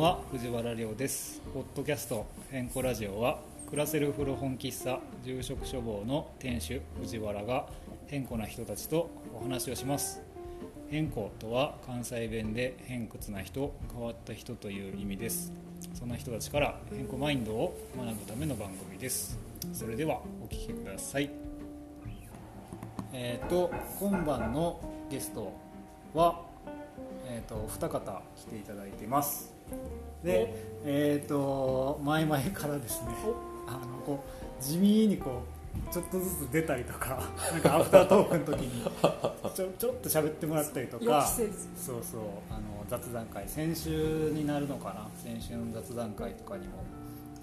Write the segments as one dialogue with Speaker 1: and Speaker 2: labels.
Speaker 1: は藤原亮ですポッドキャスト変更ラジオは暮らせる古本喫茶住職処房の店主藤原が変更な人たちとお話をします変更とは関西弁で偏屈な人変わった人という意味ですそんな人たちから変更マインドを学ぶための番組ですそれではお聞きくださいえっ、と今晩のゲストはえっ、とお二方来ていただいてます。で、えっ、と前々からですね、あのこう地味にこうちょっとずつ出たりとか、 なんかアフタートークの時にちょちょっと喋ってもらったりと
Speaker 2: 予
Speaker 1: か
Speaker 2: 期、せず
Speaker 1: そうそうあの雑談会先週になるのかな、先週の雑談会とかにも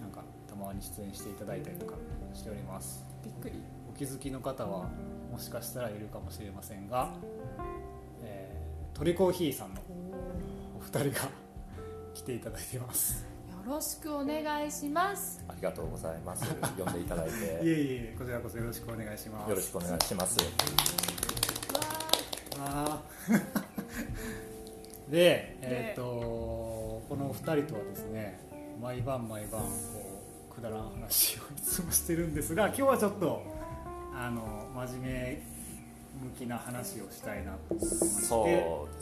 Speaker 1: なんかたまに出演していただいたりとかしております。
Speaker 2: びっくり
Speaker 1: お気づきの方はもしかしたらいるかもしれませんが、えー、鳥コーヒーさんのお二人が来ていただいてます
Speaker 2: よろしくお願いします
Speaker 3: ありがとうございます。 呼んでいただい
Speaker 1: いえ
Speaker 3: て、
Speaker 1: いえこちらこそよろしくお願いします
Speaker 3: よろしくお願いします。
Speaker 2: わ
Speaker 1: あーでえ
Speaker 2: で
Speaker 1: っ、とこのお二人とはですね毎晩毎晩こうくだらん話をいつもしてるんですが今日はちょっとあの真面目向きな話をしたいなと思いまして
Speaker 3: そう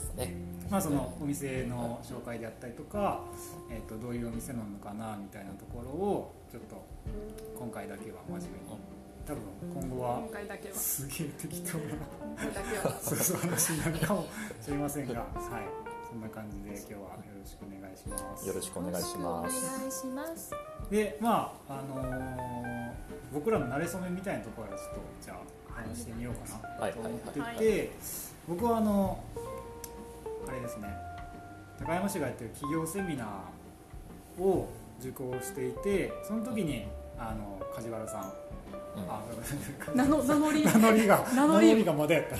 Speaker 3: ですね。
Speaker 1: まあ、そのお店の紹介であったりとか、えっとどういうお店なのかなみたいなところをちょっと今回だけは真面目に多分今後
Speaker 2: ー
Speaker 1: は
Speaker 2: 今回だけは
Speaker 1: すげえ適当な
Speaker 2: 今回だけは
Speaker 1: そうそう話になるかもしれませんが、はい、そんな感じで今日はよろしくお願いします。
Speaker 3: よろしくお願いします。
Speaker 2: よろしくお願いします
Speaker 1: でまああのー僕らの馴れ初めみたいなところからちょっとじゃあ話してみようか
Speaker 3: は
Speaker 1: ないと思ってて、
Speaker 2: はいはい
Speaker 1: 僕はあのあれですね高山市がやってる企業セミナーを受講していてその時にあの梶原さん、
Speaker 3: うん
Speaker 1: あ
Speaker 3: あ、
Speaker 2: 名の名乗り
Speaker 1: 名乗りが
Speaker 2: 名乗り
Speaker 1: がまだやった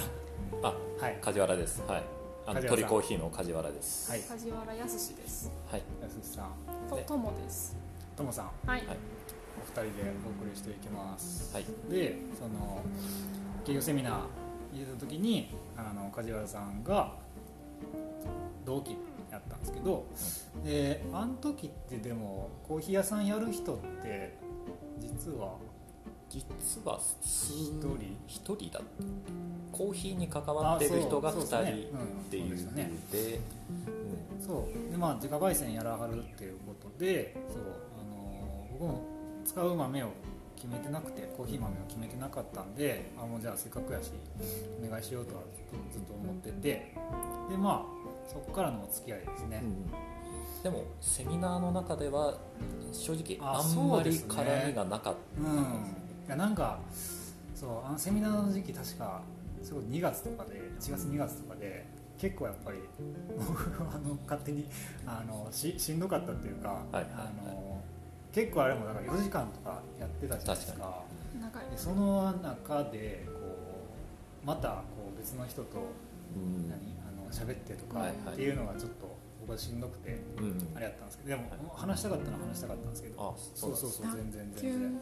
Speaker 1: らはい
Speaker 3: 梶原です。はい。あの
Speaker 1: 梶原さん
Speaker 3: 鳥コーヒーの梶原です。
Speaker 1: はい
Speaker 2: 梶原康です
Speaker 3: はい。
Speaker 1: 安さん
Speaker 2: と
Speaker 3: ね
Speaker 2: ともです
Speaker 1: ともさん
Speaker 2: はい
Speaker 3: はい
Speaker 1: お二人でお送りしていきます、
Speaker 3: はい
Speaker 1: でその企業セミナー入れた時にあの梶原さんが同期やったんですけど、であの時ってでもコーヒー屋さんやる人って実は
Speaker 3: 実は数
Speaker 1: 一人
Speaker 3: 一人だった。コーヒーに関わってる人が
Speaker 1: あそう
Speaker 3: 二
Speaker 1: そ
Speaker 3: 人
Speaker 1: う
Speaker 3: っ
Speaker 1: ですね
Speaker 3: て
Speaker 1: うん
Speaker 3: い
Speaker 1: そうで
Speaker 3: う
Speaker 1: したね
Speaker 3: の
Speaker 1: そ
Speaker 3: で、
Speaker 1: うでまあ自家焙煎やらはるっていうことでそうあの僕も使う豆を決めてなくてコーヒー豆を決めてなかったんであもうじゃあせっかくやしお願いしようとはずっとずっと思っててでまあそこからのお付き合いですね
Speaker 3: う、んでもセミナーの中では正直
Speaker 1: あ
Speaker 3: あんまり
Speaker 1: そうですね
Speaker 3: 絡みがなかっ
Speaker 1: うんいやなんかそうあのセミナーの時期確かすごい2月とかで1月2月とかで結構やっぱり僕はあの勝手にあのししんどかったっていうか、
Speaker 3: はいはいはい
Speaker 1: あの結構あれもだから4時間とかやってたじゃないですか
Speaker 3: 確
Speaker 2: 長い
Speaker 1: でその中でこうまたこう別の人と
Speaker 3: うん
Speaker 1: 何あの喋ってとか
Speaker 3: はいはい
Speaker 1: っていうのがちょっと僕はしんどくて
Speaker 3: うん
Speaker 1: あれやったんですけどでも話したかったのは話したかったんですけど
Speaker 3: あ
Speaker 1: そ
Speaker 3: そうう
Speaker 1: そうそう全然
Speaker 2: 急
Speaker 1: 全然
Speaker 2: に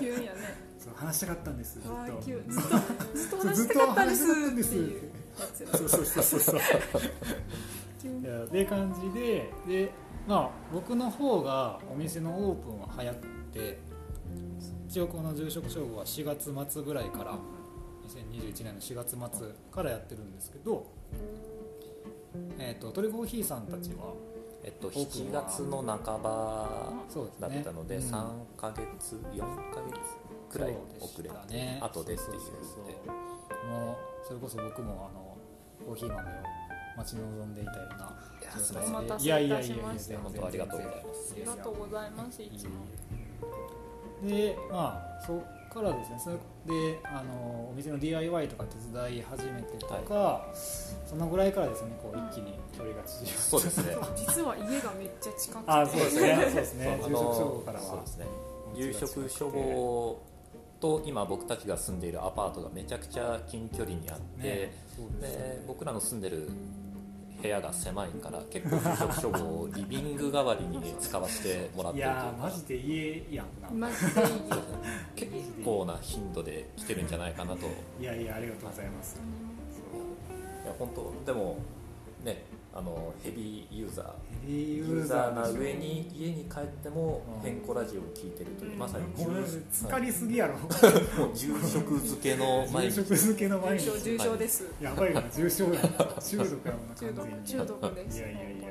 Speaker 2: 急にやね
Speaker 1: そう話したかったんですずっ
Speaker 2: は
Speaker 1: と
Speaker 2: い急ずっとずっと話したかったんですっていうやつや
Speaker 1: そうそうそうそうそう
Speaker 2: 急に
Speaker 1: で感じででまあ僕の方がお店のオープンは早くて一応この住職商法は4月末ぐらいから2021年の4月末からやってるんですけど、えー、とトリコーヒーさんたちは
Speaker 3: えっと、
Speaker 1: 僕は
Speaker 3: 7月の半ば
Speaker 1: そう
Speaker 3: だ
Speaker 1: ですね
Speaker 3: ったので、
Speaker 1: うん
Speaker 3: 3ヶ月4ヶ月くらい
Speaker 1: そ
Speaker 3: 遅
Speaker 1: う
Speaker 3: れ
Speaker 1: でした
Speaker 3: て、
Speaker 1: ね
Speaker 3: 後でっていう
Speaker 1: そうそうそうもうそれこそ僕もあのコーヒー豆を待ち望んでいたようない
Speaker 3: や
Speaker 1: 状態
Speaker 3: すい
Speaker 1: で
Speaker 3: ま
Speaker 2: お
Speaker 3: せん
Speaker 2: 待たせ
Speaker 1: いやいやいや
Speaker 2: いたしました
Speaker 1: 全然
Speaker 3: 本当ありがとうございます
Speaker 2: ありがとうございますいつも
Speaker 1: でまあそっからですねそれであのお店の DIY とか手伝い始めてとか、そのぐらいからですねこう一気に距離が縮まって
Speaker 3: そうですね
Speaker 2: 実は家がめっちゃ近くて
Speaker 1: あそうです ねそうですね
Speaker 3: そうあ
Speaker 1: 住
Speaker 3: の
Speaker 1: 職処方から
Speaker 3: そう
Speaker 1: は
Speaker 3: ですね夕食処方と今僕たちが住んでいるアパートがめちゃくちゃ近距離にあって、
Speaker 1: ねそうですね
Speaker 3: で僕らの住んでる部屋が狭いから結構夕食処方をリビング代わりに使わせてもらっ
Speaker 1: い
Speaker 3: てるという
Speaker 1: やーマ
Speaker 3: か
Speaker 1: ジで家やんな
Speaker 2: マジでいい
Speaker 3: 結構な頻度で来てるんじゃないかなと
Speaker 1: いやいやありがとうございます
Speaker 3: いや本当でもねあのヘビーユーザー
Speaker 1: ヘビーユ
Speaker 3: ユ
Speaker 1: ーザ
Speaker 3: ーザ
Speaker 1: ー
Speaker 3: ーな上に家に帰っても
Speaker 1: うん
Speaker 3: 変更ラジオを聞いてるという、まさに
Speaker 2: これ
Speaker 3: 住
Speaker 2: 疲れすぎやろ
Speaker 3: もう住職漬けの毎
Speaker 1: 重
Speaker 3: 日
Speaker 1: 食漬けの
Speaker 4: 重
Speaker 1: 毎日
Speaker 4: 症重症です、
Speaker 1: やばいよね重症やな中毒やもんな
Speaker 4: 中
Speaker 1: 完
Speaker 4: 毒
Speaker 1: 全
Speaker 4: 中毒で
Speaker 1: にい
Speaker 4: す
Speaker 1: やいやいやいや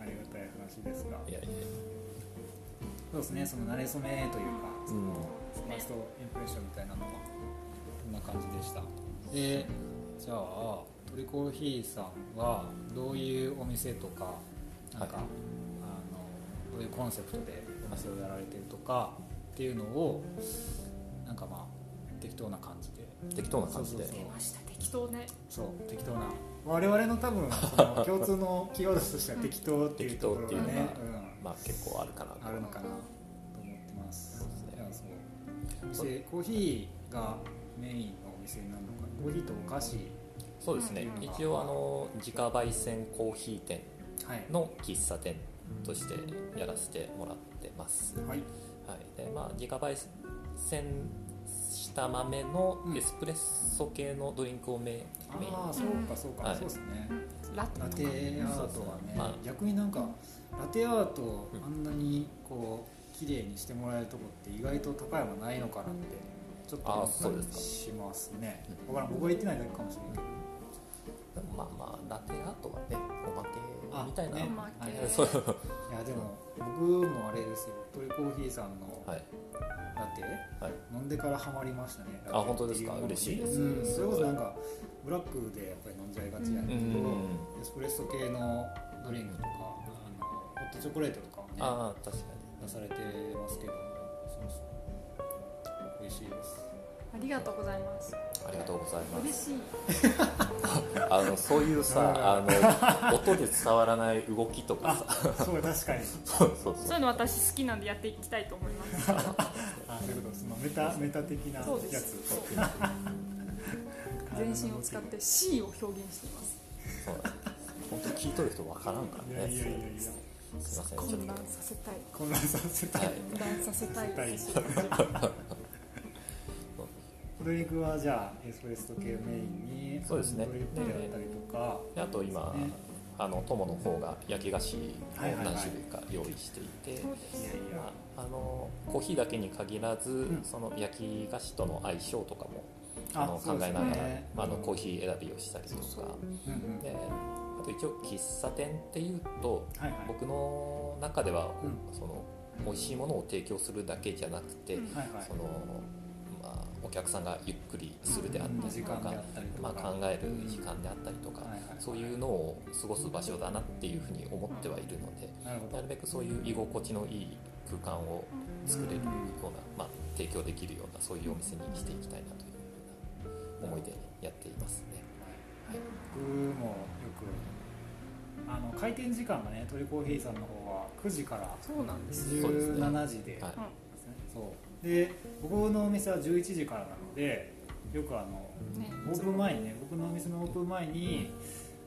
Speaker 1: ありがたい話ですが
Speaker 3: いやいや、
Speaker 1: そうですねその慣れ初めというか
Speaker 3: うん、
Speaker 1: ファーストインプレッションみたいなのはこんな感じでしたでじゃあトリコーヒーさんはどういうお店とかなんか、
Speaker 3: はい
Speaker 1: あのどういうコンセプトでお店をやられてるとかっていうのをなんかまあ適当な感じで
Speaker 3: 適当な感じで
Speaker 1: そう
Speaker 4: 出ました適当ね
Speaker 1: そう適当な我々の多分そ の共通のキーワードとしては適当っていうところがね、
Speaker 3: 適当っていう
Speaker 1: うん
Speaker 3: まあ結構あるかなと
Speaker 1: あるのかなと思ってます
Speaker 3: そうですね
Speaker 1: いやそうお店コーヒーがメインのお店になるのかコーヒーとお菓子
Speaker 3: そうですね、
Speaker 1: うん
Speaker 3: 一応あの自家焙煎コーヒー店
Speaker 1: はい
Speaker 3: の喫茶店としてやらせてもらってます、
Speaker 1: はい
Speaker 3: はいでまあ、自家焙煎した豆のエスプレッソ系のドリンクをメインメイン
Speaker 1: ああそうかそうか、
Speaker 3: はい
Speaker 1: そうですね
Speaker 4: ラッ
Speaker 1: ラテアートはね、
Speaker 3: そうそう
Speaker 1: 逆になんかラテアートを
Speaker 3: うん
Speaker 1: あんなにこう綺麗にしてもらえるとこって意外と高山ないのかなってちょっと思
Speaker 3: あーそう
Speaker 1: っ
Speaker 3: で
Speaker 1: た
Speaker 3: す
Speaker 1: りし
Speaker 3: か
Speaker 1: ますねわからん僕は行ってないだけかもしれないけど
Speaker 3: でもまあまあラテアートはねおまけみたいな、
Speaker 1: ね
Speaker 4: おまけ
Speaker 1: はいはい
Speaker 3: そう
Speaker 1: いやでも僕もあれですよ鳥コーヒーさんの
Speaker 3: はい
Speaker 1: ラテ、
Speaker 3: はい
Speaker 1: 飲んでからハマりましたね
Speaker 3: あ本当ですか嬉しいです
Speaker 1: うん、
Speaker 3: す
Speaker 1: それ
Speaker 3: ごい
Speaker 1: こそなんかブラックでやっぱり飲んじゃいがちやけど、
Speaker 3: うん
Speaker 1: エスプレッソ系のドリンクとかあのホットチョコレートとかもね
Speaker 3: ああ確か
Speaker 1: 出されてますけどそうそう美味しいです
Speaker 4: ありがとうございます
Speaker 3: にありがとうございま
Speaker 4: 嬉
Speaker 3: す
Speaker 4: しい
Speaker 3: あのそういうさあの音で伝わらない動きとかさ
Speaker 1: そう確かに
Speaker 3: そうそう
Speaker 4: そう
Speaker 3: そ
Speaker 4: いううの私好きなんでやっていきたいと思います
Speaker 1: あそういうことそのメタメタ的なやつ
Speaker 4: そうです全身を使って C を表現しています
Speaker 3: そうなんです本当に聞いとる人わからんから
Speaker 1: い
Speaker 3: ね
Speaker 1: やいやいやいや
Speaker 3: すいませんちょ
Speaker 4: 混
Speaker 3: っと
Speaker 4: 乱させたい
Speaker 1: 混乱させたい、
Speaker 3: はい
Speaker 4: 混乱させたい
Speaker 1: させドリンクはじゃあエスプレッソ系をメインに
Speaker 3: そうですね
Speaker 1: ドリップであったりとか、
Speaker 3: であと今
Speaker 1: ね
Speaker 3: あの友の方が焼き菓子を
Speaker 1: はいはいはい
Speaker 3: 何種類か用意していて
Speaker 4: そうです
Speaker 1: いやいや
Speaker 3: まああのコーヒーだけに限らず、
Speaker 1: ん
Speaker 3: その焼き菓子との相性とかもあの考えながら、まあ、あのコーヒー選びをしたりとか
Speaker 1: ー、うんうん
Speaker 3: であと一応喫茶店っていうと
Speaker 1: はいはい
Speaker 3: 僕の中では、
Speaker 1: うん
Speaker 3: その美味しいものを提供するだけじゃなくて、
Speaker 4: うん
Speaker 1: はいはい
Speaker 3: そのまあ、お客さんがゆっくりするであっ
Speaker 1: うん
Speaker 3: たり
Speaker 1: 時
Speaker 3: とか
Speaker 1: 間、であったりと
Speaker 3: ま
Speaker 1: か、
Speaker 3: あ、考える時間であったりとか、
Speaker 1: はいはいはい
Speaker 3: そういうのを過ごす場所だなっていうふうに思ってはいるので、
Speaker 1: なるほ
Speaker 3: な
Speaker 1: ど
Speaker 3: るべくそういう居心地のいい空間を作れるような、まあ、提供できるようなそういうお店にしていきたいなというふうな思いでやっていますね。
Speaker 1: 僕もよくあの開店時間がね鳥コーヒーさんの方は9時から
Speaker 4: そうなんです
Speaker 3: そうですね
Speaker 1: 17時で
Speaker 3: はい
Speaker 4: うん
Speaker 1: そうで僕のお店は11時からなのでよくあの
Speaker 4: ね
Speaker 1: オープン前にね僕のお店のオープン前に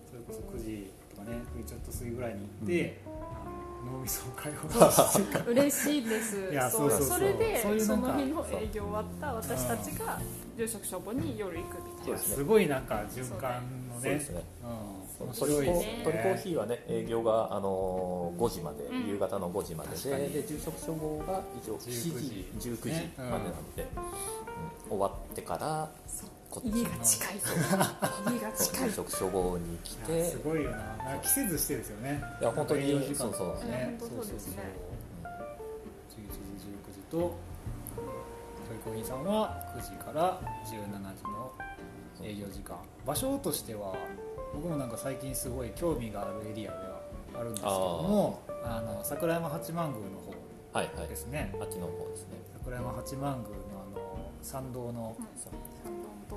Speaker 1: それこそ9時とかね9時ちょっと過ぎぐらいに行って、あの脳みそを解放して
Speaker 4: 嬉しいです
Speaker 1: いや
Speaker 4: そう
Speaker 1: そうそうそう
Speaker 4: それで
Speaker 1: そういうな
Speaker 4: そ
Speaker 1: んか
Speaker 4: の日の営業終わった私たちが住職消防に夜行くみたい
Speaker 3: そう
Speaker 4: な
Speaker 3: ですね
Speaker 1: すごいなんか循環の
Speaker 3: そう
Speaker 1: ね
Speaker 3: ですね
Speaker 1: うん面
Speaker 3: 鳥コ
Speaker 1: 白いで
Speaker 3: ー
Speaker 4: ですね
Speaker 3: 鳥コーヒーはね営業が、あのー5時まで、
Speaker 4: うん
Speaker 3: 夕方の5時まで
Speaker 1: 確か
Speaker 3: で
Speaker 1: に
Speaker 3: で昼食処方が一応7時
Speaker 1: 19
Speaker 3: 19
Speaker 1: 時
Speaker 3: 時
Speaker 1: ね
Speaker 3: までなので、うん終わってからこっ
Speaker 4: 家
Speaker 3: ち
Speaker 4: が近い家が近い
Speaker 3: 昼食処方に来
Speaker 1: いや
Speaker 3: て
Speaker 1: すごいよななんか季節してですよね
Speaker 3: いや本当に
Speaker 1: 営業時間と
Speaker 3: そう
Speaker 1: か
Speaker 4: そう
Speaker 1: ね
Speaker 4: うん本当そうですね
Speaker 1: そう11時19時とトイコーヒーさんは9時から17時の営業時間場所としては僕もなんか最近すごい興味があるエリアではあるんですけどもあの桜山八幡宮の方
Speaker 3: はいはい
Speaker 1: ですね
Speaker 3: あっちの方ですね
Speaker 1: 桜山八幡宮のあの参道の
Speaker 4: 本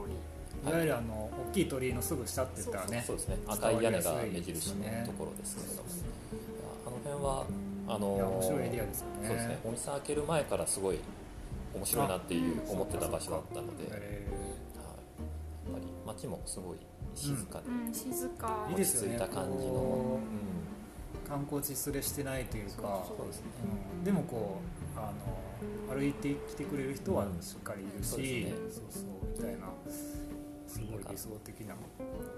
Speaker 4: 通り
Speaker 1: いわゆるあの大きい鳥居のすぐ下って言ったらね
Speaker 3: そうですね赤い屋根が目印のところですけれども、あの辺はあのー
Speaker 1: いや面白いエリアですよね
Speaker 3: そうですねお店開ける前からすごい面白いなっていう思ってた場所だったので、はい、やっ
Speaker 1: え
Speaker 3: ぱり街もすごい静かで、
Speaker 4: うん静か
Speaker 1: ーいいですよね
Speaker 3: 落ち着いた感じの
Speaker 1: こ
Speaker 3: うん
Speaker 1: う観光地すれしてないというか
Speaker 3: そうですね
Speaker 1: うんでもこうあの歩いてきてくれる人はしっかりいるし、
Speaker 3: うんそうですね
Speaker 1: そうそうみたいなすごい理想的な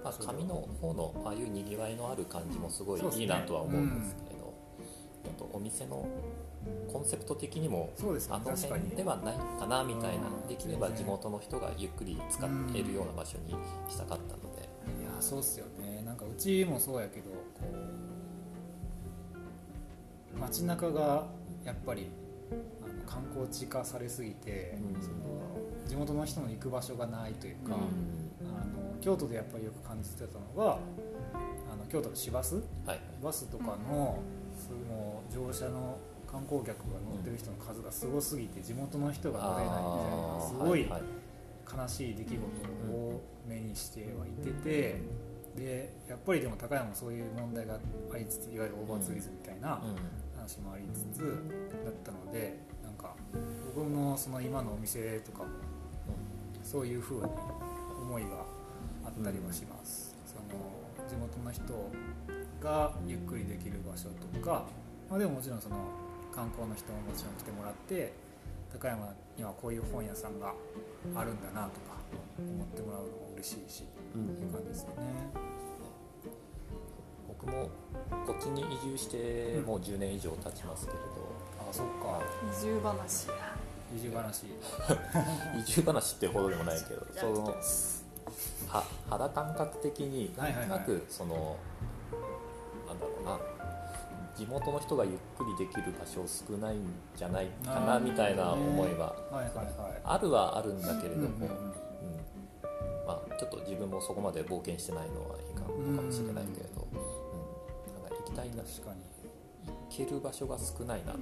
Speaker 3: まあ、紙の方のああいうにぎわいのある感じもすごい
Speaker 1: そうですね
Speaker 3: いいなとは思うんですけれど、ちょっとお店のコンセプト的にも
Speaker 2: そうですね
Speaker 3: あの
Speaker 2: 確か
Speaker 3: 辺
Speaker 2: に
Speaker 3: ではないかなみたいな
Speaker 1: うん
Speaker 3: できれば地元の人がゆっくり使えるような場所にしたかったので、
Speaker 1: いやそうっすよねなんかうちもそうやけどこう街中がやっぱりあの観光地化されすぎて、
Speaker 3: うん
Speaker 1: その地元の人の行く場所がないというか、あの京都でやっぱりよく感じてたのがあの京都の市バス
Speaker 3: はい
Speaker 1: バスとかの,、もう乗車の観光客が乗ってる人の数がすごすぎて地元の人が乗れないみたい
Speaker 3: あ
Speaker 1: な
Speaker 3: ー
Speaker 1: すごい
Speaker 3: はは
Speaker 1: 悲しい出来事を目にしてはいてて、でやっぱりでも高山もそういう問題がありつついわゆるオーバーツーリズムみたいな
Speaker 3: うん
Speaker 1: 話もありつつだったのでなんか僕のその今のお店とかもそういう風に思いがあったりはします、その地元の人がゆっくりできる場所とか、まあ、でももちろんその観光の人ももちろん来てもらって高山にはこういう本屋さんがあるんだなとか思ってもらうのも嬉しいし
Speaker 3: うん
Speaker 1: っていう感じですよね。
Speaker 3: 僕もこっちに移住してもう10年以上経ちますけれど、
Speaker 1: あそっか
Speaker 4: 移住話や
Speaker 1: 移住話
Speaker 3: 移住話ってほどでもないけどそ のは肌感覚的に
Speaker 1: は
Speaker 3: な
Speaker 1: は
Speaker 3: い
Speaker 1: いはい
Speaker 3: んとなくそのなんだろうな地元の人がゆっくりできる場所少ないんじゃないか
Speaker 1: あ
Speaker 3: な
Speaker 1: ー
Speaker 3: みたいな思いは
Speaker 1: はいはいはい
Speaker 3: あるはあるんだけれど
Speaker 1: う
Speaker 3: も、
Speaker 1: んうんうん
Speaker 3: うんまあ、ちょっと自分もそこまで冒険してないのはいかんのかもしれないけれど、うんなんか行きたいな行
Speaker 1: 確かに
Speaker 3: ける場所が少ないなと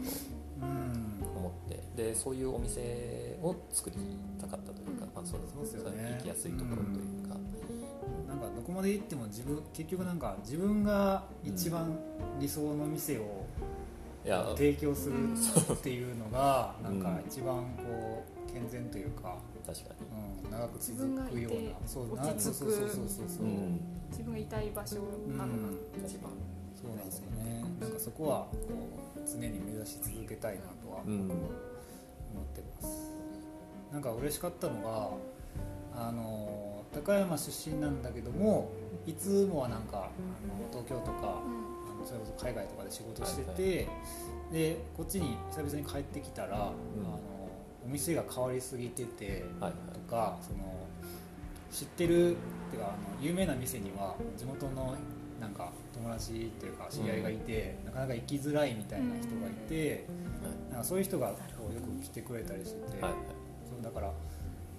Speaker 1: うん
Speaker 3: 思ってでそういうお店を作りたかったというか、まあ、そう
Speaker 1: そうですよね
Speaker 3: そういう行きやすいところというか、
Speaker 1: なんかどこまで行っても自分結局なんか自分が一番理想の店を
Speaker 3: いや
Speaker 1: 提供するっていうのがな
Speaker 3: うん
Speaker 1: んか一番こう健全というか、
Speaker 3: 確か
Speaker 1: うん、長く続くよう
Speaker 4: 自分がい
Speaker 1: な
Speaker 4: て
Speaker 1: そう
Speaker 4: 落ち着く
Speaker 1: そうそうそうそうそう、
Speaker 3: に、
Speaker 4: 自分がいたい場所
Speaker 1: うん
Speaker 4: なのかな、
Speaker 3: 確か
Speaker 1: そうなんですよねなんかそこはこう常に目指し続けたいなとは
Speaker 3: に、うん、
Speaker 1: 思ってますなんか嬉しかったのがあの高山出身なんだけどもいつもはなんかあの東京とか
Speaker 4: うん
Speaker 1: あのそれこそ海外とかで仕事してて、
Speaker 3: は
Speaker 1: でこっちに久々に帰ってきたら、あのお店が変わりすぎてて
Speaker 3: はいはい
Speaker 1: とかその知ってるっていうかあの有名な店には地元のなんか友達というか知り合いがいて、なかなか行きづらいみたいな人がいて、なんかそういう人がこうよく来てくれたりしてて、
Speaker 3: はいはい
Speaker 1: そうだから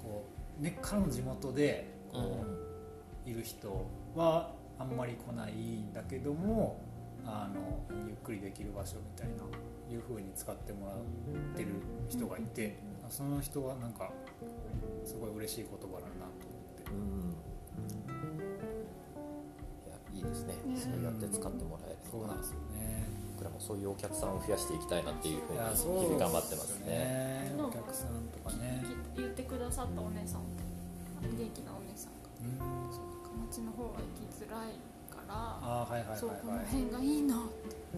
Speaker 1: こう根っからの地元でこう、
Speaker 3: う
Speaker 1: いる人はあんまり来ないんだけどもあのゆっくりできる場所みたいないう風に使ってもらってる人がいてその人はなんかすごい嬉しい言葉だなと思って
Speaker 3: んうんいやいいですね
Speaker 4: ね
Speaker 3: そうやって使ってもらえる
Speaker 1: そう
Speaker 3: の
Speaker 1: なん
Speaker 3: が
Speaker 1: ですよね
Speaker 3: 僕らもそういうお客さんを増やしていきたいなっていうふう
Speaker 1: い
Speaker 3: に
Speaker 1: や
Speaker 3: 日
Speaker 1: そう
Speaker 3: 々頑張ってますね
Speaker 1: ですよお客さんとかね
Speaker 4: き言ってくださったお姉さんも元気なお姉さんが
Speaker 1: うん
Speaker 4: そうか町の方が行きづらいから
Speaker 1: あーはいはいはい
Speaker 4: そうこの
Speaker 1: は
Speaker 4: 辺がいいの、
Speaker 1: い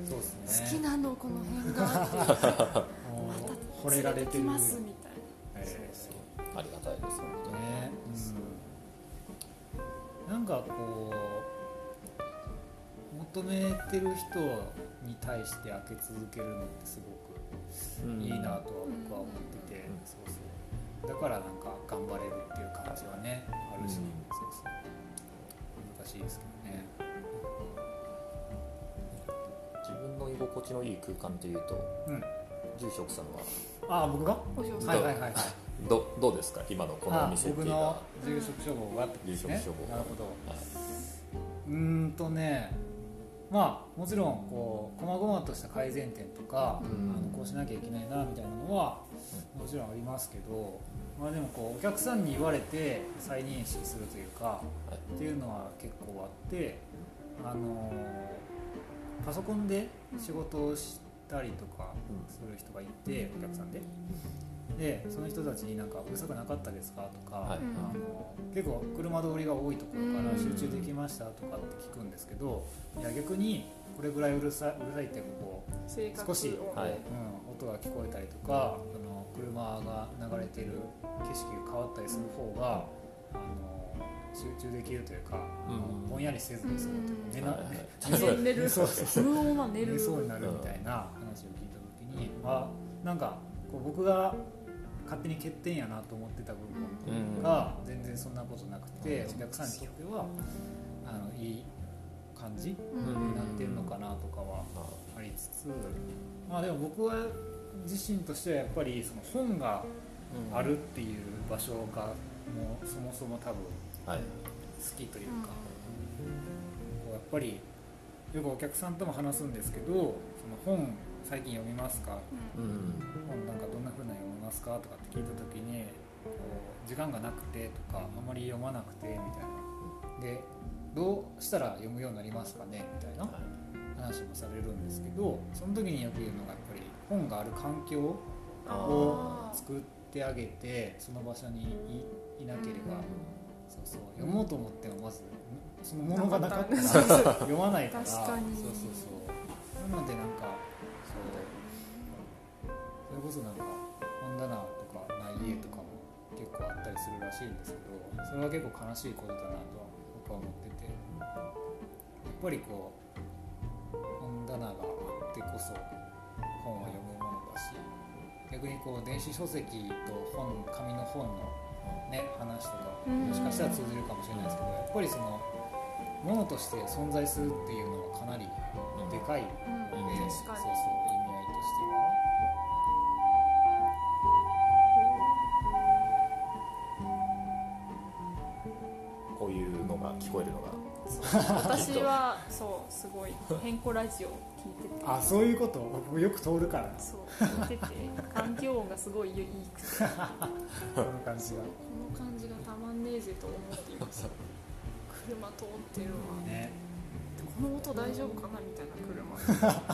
Speaker 1: そうです
Speaker 4: 好
Speaker 1: ね
Speaker 4: きなのこの辺がって
Speaker 1: も
Speaker 4: また
Speaker 1: う惚れられ
Speaker 4: 連
Speaker 1: て
Speaker 4: き
Speaker 1: る
Speaker 4: ますみたい
Speaker 1: ええ
Speaker 3: ありがたいです本当に
Speaker 1: ね、なんかこう求めてる人に対して開け続けるのってすごくいいなとは僕は思ってて、
Speaker 3: うん
Speaker 1: そうそうだからなんか頑張れるっていう感じはねあるし、
Speaker 3: うん
Speaker 1: そうそう難しいですけどね
Speaker 3: 自分の居心地のいい空間というと
Speaker 1: うん
Speaker 3: 住職さんは
Speaker 1: あ僕が
Speaker 4: なお嬢さ
Speaker 1: は
Speaker 4: ん
Speaker 1: いはいはいはい
Speaker 3: どどうですか今のこのお
Speaker 1: あ
Speaker 3: 店ってい
Speaker 1: 僕
Speaker 3: うのは
Speaker 1: の住職処方がってことですね
Speaker 3: 住職処方
Speaker 1: なるほど
Speaker 3: はいう
Speaker 1: ーんとねまあもちろんこう細々とした改善点とか、
Speaker 3: うん
Speaker 1: あのこうしなきゃいけないなみたいなのはもちろんありますけど、まあ、でもこうお客さんに言われて再認識するというか
Speaker 3: はい
Speaker 1: っていうのは結構あって、あのーパソコンで仕事をしたりとか
Speaker 3: うん
Speaker 1: する人がいてお客さんで。でその人たちになんか「うるさくなかったですか?」とか、
Speaker 3: はい
Speaker 1: あの結構車通りが多いところから
Speaker 4: うん
Speaker 1: 集中できましたとかって聞くんですけどいや逆にこれぐらいうるさいうるさいってこう、
Speaker 4: 生活
Speaker 1: 少し
Speaker 4: を、
Speaker 3: はい
Speaker 1: うん、音が聞こえたりとかあの車が流れてる景色が変わったりする方があの集中できるというか、
Speaker 3: うん
Speaker 1: ぼんやりせずに済むというか、寝な
Speaker 3: はいはい
Speaker 4: 寝
Speaker 3: そうだよ
Speaker 4: 寝る
Speaker 1: そうそう
Speaker 4: 無音は寝
Speaker 1: 寝
Speaker 4: る
Speaker 1: そうになるみたいな話を聞いた時に、あなんかこう僕が勝手に欠点やなと思ってた部分が全然そんなことなくて、
Speaker 3: うん
Speaker 1: お客さんにとってはあのいい感じに
Speaker 4: うん
Speaker 1: なってるのかなとかは
Speaker 3: まあ
Speaker 1: ありつつ、まあ、でも僕は自身としてはやっぱりその本があるっていう場所がもうそもそも多分
Speaker 3: はい
Speaker 1: 好きというか、こうやっぱりよくお客さんとも話すんですけどその本最近読みますか
Speaker 3: うん
Speaker 1: 本なんかどんな風なの読みますかとかって聞いた時にこう時間がなくてとかあんまり読まなくてみたいなでどうしたら読むようになりますかねみたいな話もされるんですけどその時によく言うのがやっぱり本がある環境を
Speaker 4: あ
Speaker 1: 作ってあげてその場所にいいなければそうそう読もうと思ってもまずそのものがなかったら
Speaker 4: なかった
Speaker 1: 読まないから
Speaker 4: 確かに
Speaker 1: そうそうそうなのでなんかそうそれこそなんか本棚とかない家とかも結構あったりするらしいんですけどそれは結構悲しいことだなとは僕は思っててやっぱりこう本棚があってこそ本は読むものだし逆にこう電子書籍と本紙の本のね話とか
Speaker 4: うん
Speaker 1: もしかしたら通じるかもしれないですけどやっぱりそのものとして存在するっていうのはかなりでかいので、
Speaker 4: ーうん
Speaker 3: うん
Speaker 1: そう
Speaker 4: 確かに
Speaker 1: そう意味合いとしては。
Speaker 3: こういうのが聞こえるのが
Speaker 4: 私はそうすごい変更ラジオ聞いてて
Speaker 2: あそういうこと僕よく通るから
Speaker 4: そう聞いてて環境音がすごいいいくてこ
Speaker 2: この感じが
Speaker 4: の感じがたまんねえぜと思っていました車通ってるわ
Speaker 1: ね、
Speaker 4: この音大丈夫かなみたいな車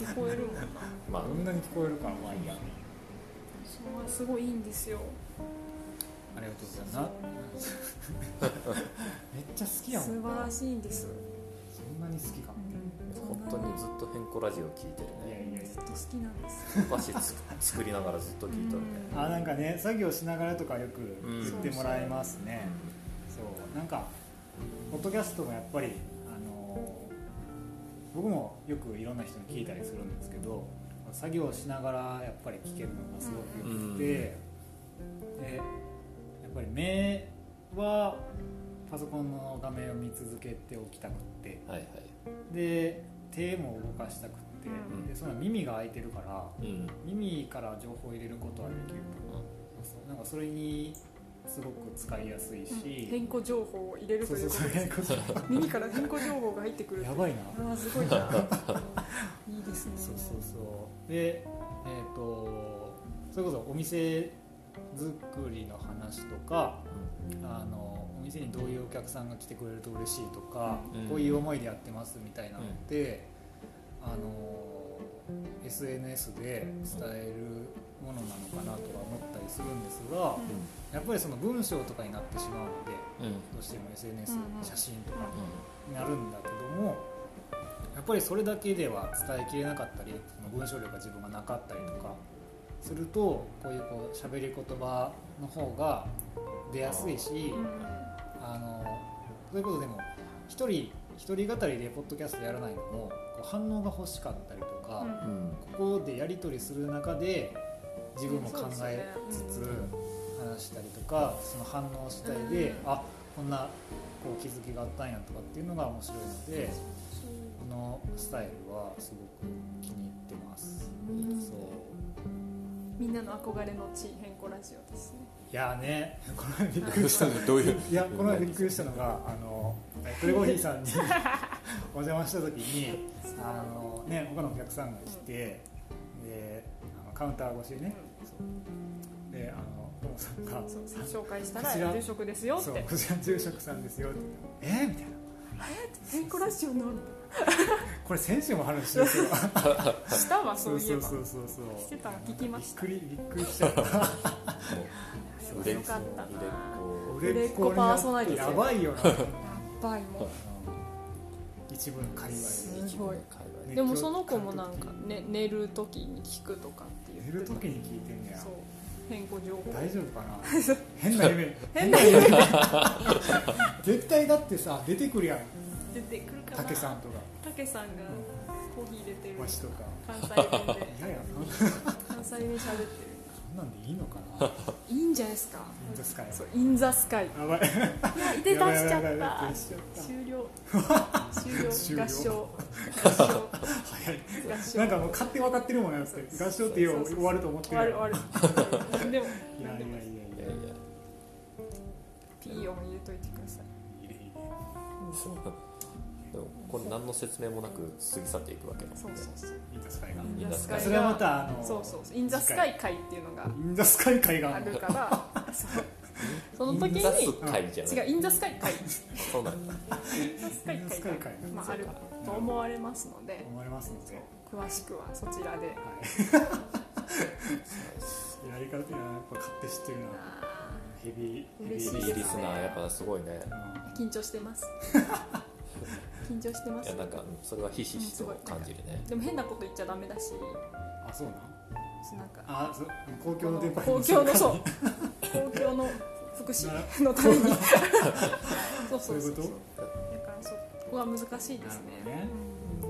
Speaker 4: 聞こえるもんな
Speaker 3: まあ
Speaker 2: どんなに聞こえるかまあいいや
Speaker 4: それはすごいいいんですよ
Speaker 1: ありがとうございます。めっちゃ好きやもん。そ
Speaker 4: 素晴らしいんです
Speaker 1: んなに好きか。
Speaker 3: 本当にずっと変更ラジオ聞いてる
Speaker 1: いや
Speaker 3: ね
Speaker 1: いやい
Speaker 4: ずっと好きなんです
Speaker 3: お菓子つ作りながらずっと聞いとるね
Speaker 1: や。あなんかね作業しながらとかよく
Speaker 3: うん
Speaker 1: 言ってもらえますね。そうなんかポッドキャストもやっぱりあのー僕もよくいろんな人に聞いたりするんですけど、作業しながらやっぱり聞けるのがすごくよくて、でやっぱり目はパソコンの画面を見続けておきたくって。
Speaker 3: はいはい
Speaker 1: で手も動かしたくって、
Speaker 3: うん
Speaker 1: でその耳が開いてるから
Speaker 3: うん
Speaker 1: 耳から情報を入れることはできるとそうなんかそれにすごく使いやすいし、
Speaker 4: 変更情報を入れる
Speaker 1: そ
Speaker 4: と
Speaker 1: う
Speaker 4: い
Speaker 1: そう
Speaker 4: うこと
Speaker 1: そうい
Speaker 4: です
Speaker 1: うこと
Speaker 4: 耳から変更情報が入ってくる
Speaker 1: やばいな
Speaker 4: ああすごいないいですね
Speaker 1: そうそうそうでえっ、とそれこそお店作りの話とかあのお店にどういうお客さんが来てくれると嬉しいとか、
Speaker 3: うん
Speaker 1: こういう思いでやってますみたいなのって、あの SNS で伝えるものなのかなとは思ったりするんですが、やっぱりその文章とかになってしまうので
Speaker 3: うんうん
Speaker 1: どうしても SNS、
Speaker 4: うんうん
Speaker 1: 写真とかになるんだけどもやっぱりそれだけでは伝えきれなかったりその文章量が自分がなかったりとかするとこういうこう喋り言葉の方が出やすいし。
Speaker 4: うん
Speaker 1: あのそういうことでも一人一人語りでポッドキャストやらないのもこう反応が欲しかったりとか、
Speaker 4: うん
Speaker 3: うんうん
Speaker 1: ここでやり取りする中で自分も考えつ
Speaker 4: そ
Speaker 1: つ
Speaker 4: うですね
Speaker 1: 話したりとかその反応したりで、
Speaker 4: うん
Speaker 1: あこんなこう気づきがあったんやとかっていうのが面白いのでこのスタイルはすごく気に入ってます。
Speaker 4: うん
Speaker 1: そう
Speaker 4: みんなの憧れの地変更ラジオですね
Speaker 1: いやーねこの前びっくり
Speaker 3: 工夫したのどういう
Speaker 1: いやこの前びっくりしたのがあのプレコーヒーさんに お邪魔した時にあの、ね、他のお客さんが来て、であのカウンター越しにねそうであのトモさんが
Speaker 4: そうそう紹介した
Speaker 1: こちら
Speaker 4: ら住職ですよっ
Speaker 1: そう
Speaker 4: て
Speaker 1: こちら住職さんですよ」って言って「えーみたいな
Speaker 4: 変更ラジオの
Speaker 1: これ先週も話 してるけど
Speaker 4: 下はそ
Speaker 1: そうう
Speaker 4: いえ
Speaker 1: そう
Speaker 4: ば
Speaker 1: そうそうそう
Speaker 4: してたの聞きました
Speaker 1: びっくりびっくりしちゃった
Speaker 3: もう
Speaker 4: よかったな
Speaker 3: 売れっ子
Speaker 1: 売れっ子になって
Speaker 4: 売れっ子パーソナリティ
Speaker 1: やばいよな
Speaker 4: バイも
Speaker 1: 一部の界隈
Speaker 4: すごい
Speaker 3: 界隈
Speaker 1: ね
Speaker 4: でもその子もなんか、ね、寝る時に聞くとかって言
Speaker 1: で
Speaker 4: って
Speaker 1: 寝る時に聞いてんねや
Speaker 4: そう変更情報
Speaker 1: 大丈夫か な変な夢
Speaker 4: 変な夢
Speaker 1: 絶対だってさ出てくるやん
Speaker 4: 出てくるかな
Speaker 1: 竹さんとか
Speaker 4: たけさんがコーヒー入れてる
Speaker 1: わしとか
Speaker 4: 関西弁で
Speaker 1: 嫌やな
Speaker 4: 関西弁喋って
Speaker 1: そんなんでいいのか な
Speaker 4: るいいんじゃないですか
Speaker 1: インザスカイ
Speaker 4: そうインザスカイ
Speaker 1: やばい
Speaker 4: いで
Speaker 1: や
Speaker 4: 出しち
Speaker 1: ばいや
Speaker 4: ゃっ
Speaker 1: ばいやばい
Speaker 4: た
Speaker 1: 出しちゃった
Speaker 4: 終了終
Speaker 1: 終
Speaker 4: 了
Speaker 1: 了
Speaker 4: 合唱合唱
Speaker 1: 早い
Speaker 4: 合唱
Speaker 1: なんかもう勝手に分かってるもんなって合唱って言おう終わると思って
Speaker 4: 終
Speaker 1: る
Speaker 4: わる終わる何でも
Speaker 1: いや
Speaker 4: 何
Speaker 1: い
Speaker 4: で
Speaker 1: や
Speaker 4: も
Speaker 1: い
Speaker 4: いいです
Speaker 3: い
Speaker 1: や
Speaker 3: や
Speaker 1: いや
Speaker 3: いや
Speaker 4: ピー音入れといてください
Speaker 1: いいねいいね
Speaker 3: でもこれ何の説明もなく過ぎ去っていくわけなんで
Speaker 4: そうそうそう
Speaker 1: インザスカイが
Speaker 4: インザスカイが
Speaker 1: それはまたあの
Speaker 4: そうそうそうインザスカイ会っていうのが
Speaker 1: インザスカイ会が
Speaker 4: ある からそうその時
Speaker 3: インザス
Speaker 4: に
Speaker 3: 会じゃない
Speaker 4: 違うインザスカイ 会
Speaker 3: そうなんだ
Speaker 4: インザスカイ
Speaker 1: インザスカイ会
Speaker 4: 会が、まあ、あると思われますので
Speaker 1: 思いますので、
Speaker 4: 詳しくはそちらで
Speaker 1: は
Speaker 3: そ
Speaker 1: い、やり方いややっぱ勝手知ってるな
Speaker 4: あ
Speaker 1: ヘビーヘビ
Speaker 4: 嬉し
Speaker 3: う
Speaker 4: い
Speaker 3: い
Speaker 4: ですね
Speaker 3: いリスナーやっぱすごいね
Speaker 1: うん
Speaker 4: ー緊張してます 緊張してま
Speaker 3: い
Speaker 4: す
Speaker 3: やなんかそれはひしひしと感じるね
Speaker 4: でも変なこと言っちゃダメだし
Speaker 1: あそうなん
Speaker 4: なんか
Speaker 1: あそう公共の電波
Speaker 4: 公共のそう公共の福祉の ためにそうそうそう
Speaker 1: そういうこ
Speaker 4: だからそこは難しいですね
Speaker 1: なる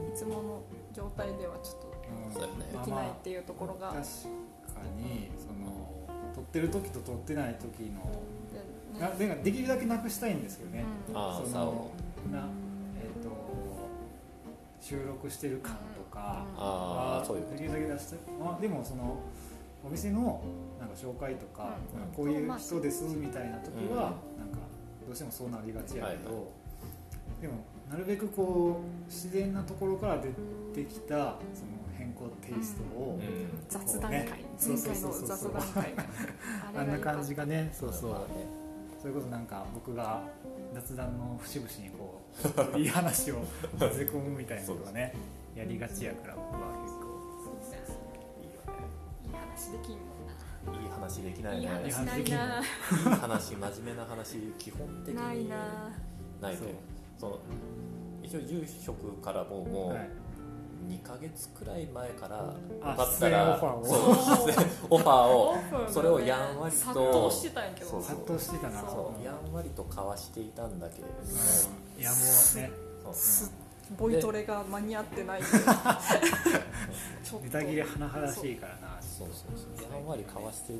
Speaker 4: うんいつもの状態ではちょっと
Speaker 1: うん
Speaker 3: そうだよね
Speaker 4: できないっていうところが、
Speaker 1: まあまあ確かにその撮ってる時と撮ってない時の
Speaker 4: で
Speaker 1: な
Speaker 4: ね
Speaker 1: でできるだけなくしたいんですよね、
Speaker 4: うん
Speaker 3: ああ
Speaker 1: そ
Speaker 3: さ
Speaker 1: の
Speaker 3: お
Speaker 1: なえっ、と収録してる感とか
Speaker 4: うん
Speaker 3: あ
Speaker 1: は
Speaker 3: あそういうこ
Speaker 1: できるだけ出したいあでもそのお店のなんか紹介とか、
Speaker 4: うん
Speaker 1: なんかこういう人ですみたいな時は、なんかどうしてもそうなりがちや
Speaker 3: は
Speaker 1: け
Speaker 3: い
Speaker 1: ど、
Speaker 3: は
Speaker 1: でもなるべくこう自然なところから出てきたその変更テイストを、
Speaker 3: とうん
Speaker 4: 雑談会、
Speaker 1: ね
Speaker 4: 前回の雑談会が
Speaker 1: あんな感じ
Speaker 4: が
Speaker 1: がねそうそう
Speaker 3: まあね
Speaker 1: それこそなんか僕が雑談の節々にこ ういい話を混ぜ込むみたいなのがねやりがちやから僕は結構
Speaker 4: いい話できんもんない
Speaker 3: い話できない
Speaker 4: いい
Speaker 3: ね
Speaker 4: 話
Speaker 1: 話
Speaker 4: な
Speaker 1: ないい
Speaker 4: な
Speaker 1: な
Speaker 3: 話真面目な話基本的に
Speaker 4: ないな
Speaker 3: ないというその一応住職からもも
Speaker 1: はいう
Speaker 3: 2ヶ月くらい前から
Speaker 1: あ
Speaker 3: よかった
Speaker 1: 出演
Speaker 3: ら
Speaker 1: オファ
Speaker 3: そう出演オファーを
Speaker 4: オファーがね
Speaker 3: それをやんわりと
Speaker 4: 殺到してたんやけど
Speaker 3: そう
Speaker 1: 殺到してたな
Speaker 4: そ
Speaker 3: やんわりと交わしていたんだけれども
Speaker 1: うんいやもうね
Speaker 3: そう
Speaker 4: ボイトレが間に合って ないんでちょっと
Speaker 1: ネタ切れ甚だしいからな
Speaker 3: そうそうそうやんわり交わして